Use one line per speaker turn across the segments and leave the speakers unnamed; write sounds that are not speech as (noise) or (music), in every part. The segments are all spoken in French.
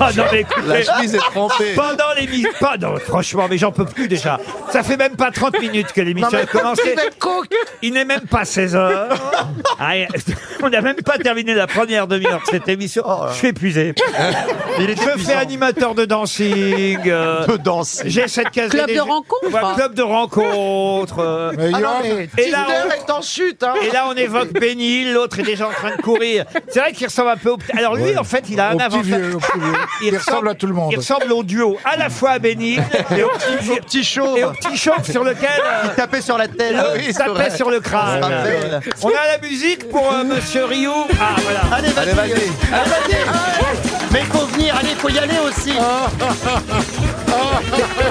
Ah, non, mais écoutez,
La chemise est trempée.
Pendant l'émission. pas- non, franchement, mais j'en peux plus déjà. Ça fait même pas 30 minutes que l'émission a commencé. Il n'est même pas 16 heures. Ah, et- (laughs) on n'a même pas terminé la première demi-heure de cette émission. Je suis épuisé. je fais animateur de dancing. euh,
(laughs) De danse.
Ah
J'ai cette case
Club de rencontre, hein.
Club de rencontre. euh,
Ah non, mais Tinder
Et là, on-
est en chute, hein.
Et là, on évoque Benny, l'autre est déjà en train de courir. C'est vrai qu'il ressemble un peu au petit- Alors, lui, en fait, il a un
Au petit
avantage.
vieux, au petit vieux. Il ressemble à tout le monde.
Il ressemble au duo, à la fois à Benny (laughs) et au petit, vieux-
Petit chauve.
et au petit chauve sur lequel euh,
Tapé sur la tête.
l'autre tapait sur le crâne. Euh,
On se rappelle.
On a la musique pour euh, Monsieur Rio. Ah, voilà.
Allez, vas-y.
Allez, vas-y.
Allez, vas-y. Mais faut venir, allez, faut y aller aussi.
Ah,
Tu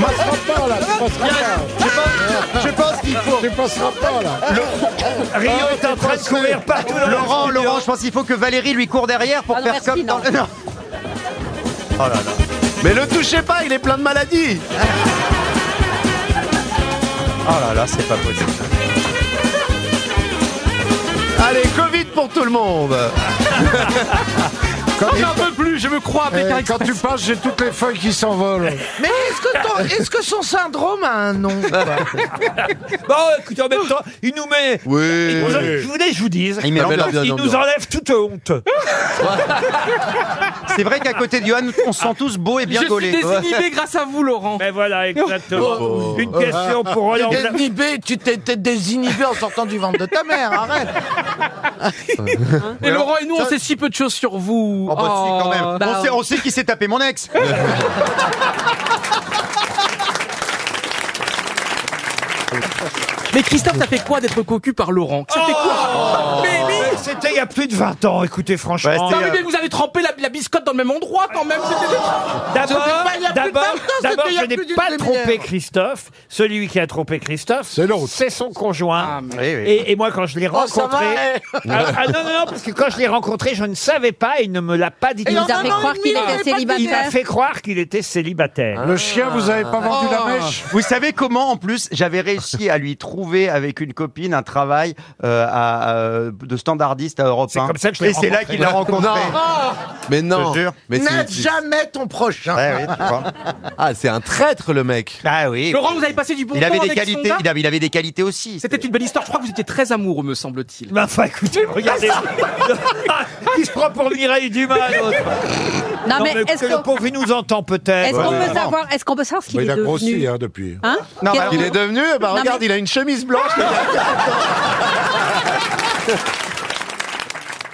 passeras pas Oh, là, tu
Oh
passeras
Je pense, je pense qu'il faut.
pas. Tu passeras pas là.
Rio est en train de courir partout dans le
Laurent,
studio.
Laurent, je pense qu'il faut que Valérie lui court derrière pour
Ah non,
faire
merci,
comme dans
non.
le- (laughs) non.
Mais le touchez pas, il est plein de maladies. Oh là là, c'est pas possible. Allez, Covid pour tout le monde.
Eh, quand tu passes, j'ai toutes les feuilles qui s'envolent.
Mais est-ce que, ton- est-ce que son syndrome a un nom
Bon, écoutez, en même temps, il nous met.
Oui.
il nous en- Je voulais que je vous dise.
Il met
Ça avait l'air
l'ambiance.
bien
Il nous
ambiant.
enlève toute honte.
(laughs) C'est vrai qu'à côté de Johan, on se sent tous beaux et bien gaulés.
grâce à vous, Laurent.
Mais voilà, exactement. Une question pour Roland. Bla-
Désinhibé, tu t'es t'es désinhibé en sortant du ventre de ta mère, arrête.
Et Laurent et nous, on sait si peu de choses sur vous.
Oh, bah, si, quand même.
bah,
on, sait, on sait qui s'est tapé mon ex.
Mais Christophe, t'as fait quoi d'être cocu par Laurent Ça fait
Oh,
quoi mais, oui
C'était il y a plus de 20 ans, écoutez,
Ouais,
franchement.
c'était-
Bah oui, mais vous avez trempé la, la biscotte dans le même endroit quand même. C'était-
D'abord,
pas il y a plus de
d'abord,
20 ans, c'était
d'abord,
il y a
je n'ai
plus d'une
pas
demi-heure.
trompé Christophe. Celui qui a trompé Christophe,
C'est l'autre.
c'est son conjoint.
Ah,
oui, oui.
Et, et moi, quand je l'ai
Ah, Oh, ça eh.
rencontré, (laughs) ah, ah, non, non, non, parce que quand je l'ai rencontré, je ne savais pas. Il ne me l'a pas dit.
Et
Il
Il
nous
en
a
un
fait
an et
croire
demi,
qu'il
il avait
était
pas de
m'a
célibataire.
fait croire qu'il était
Hein
célibataire.
Le chien, vous avez pas vendu la mèche
Vous savez comment, en plus, j'avais réussi à lui trouver avec une copine un travail euh, à, euh, de standardiste à Europe
C'est
1.
comme ça que je l'ai
Et c'est là qu'il l'a rencontré.
Mais non.
Je te jure.
Mais
N'aide
c'est-
jamais ton prochain.
Ouais, oui, tu vois.
Ah, c'est un traître le mec.
Ah oui.
Laurent, vous avez passé du bon
Il
temps
avait des
avec son
qualités.
gars
Il avait, il avait des qualités aussi.
C'était une belle histoire. Je crois que vous étiez très amoureux, me semble-t-il.
Mais enfin, écoutez, regardez. (laughs) Ah, il se prend pour Mireille Dumas, l'autre. Non,
Non, Ah, mais
mais
est-ce
écoutez, le
qu'on
pauvre, il nous entend
est-ce
peut-être.
qu'on
Ouais.
peut savoir, est-ce qu'on peut savoir ce qu'il
Bah,
est
Il a grossi
devenu
hein, depuis.
Hein
Non,
Quel-
bah,
eh ben, Il est devenu, bah
Non,
regarde,
mais-
il a une chemise blanche.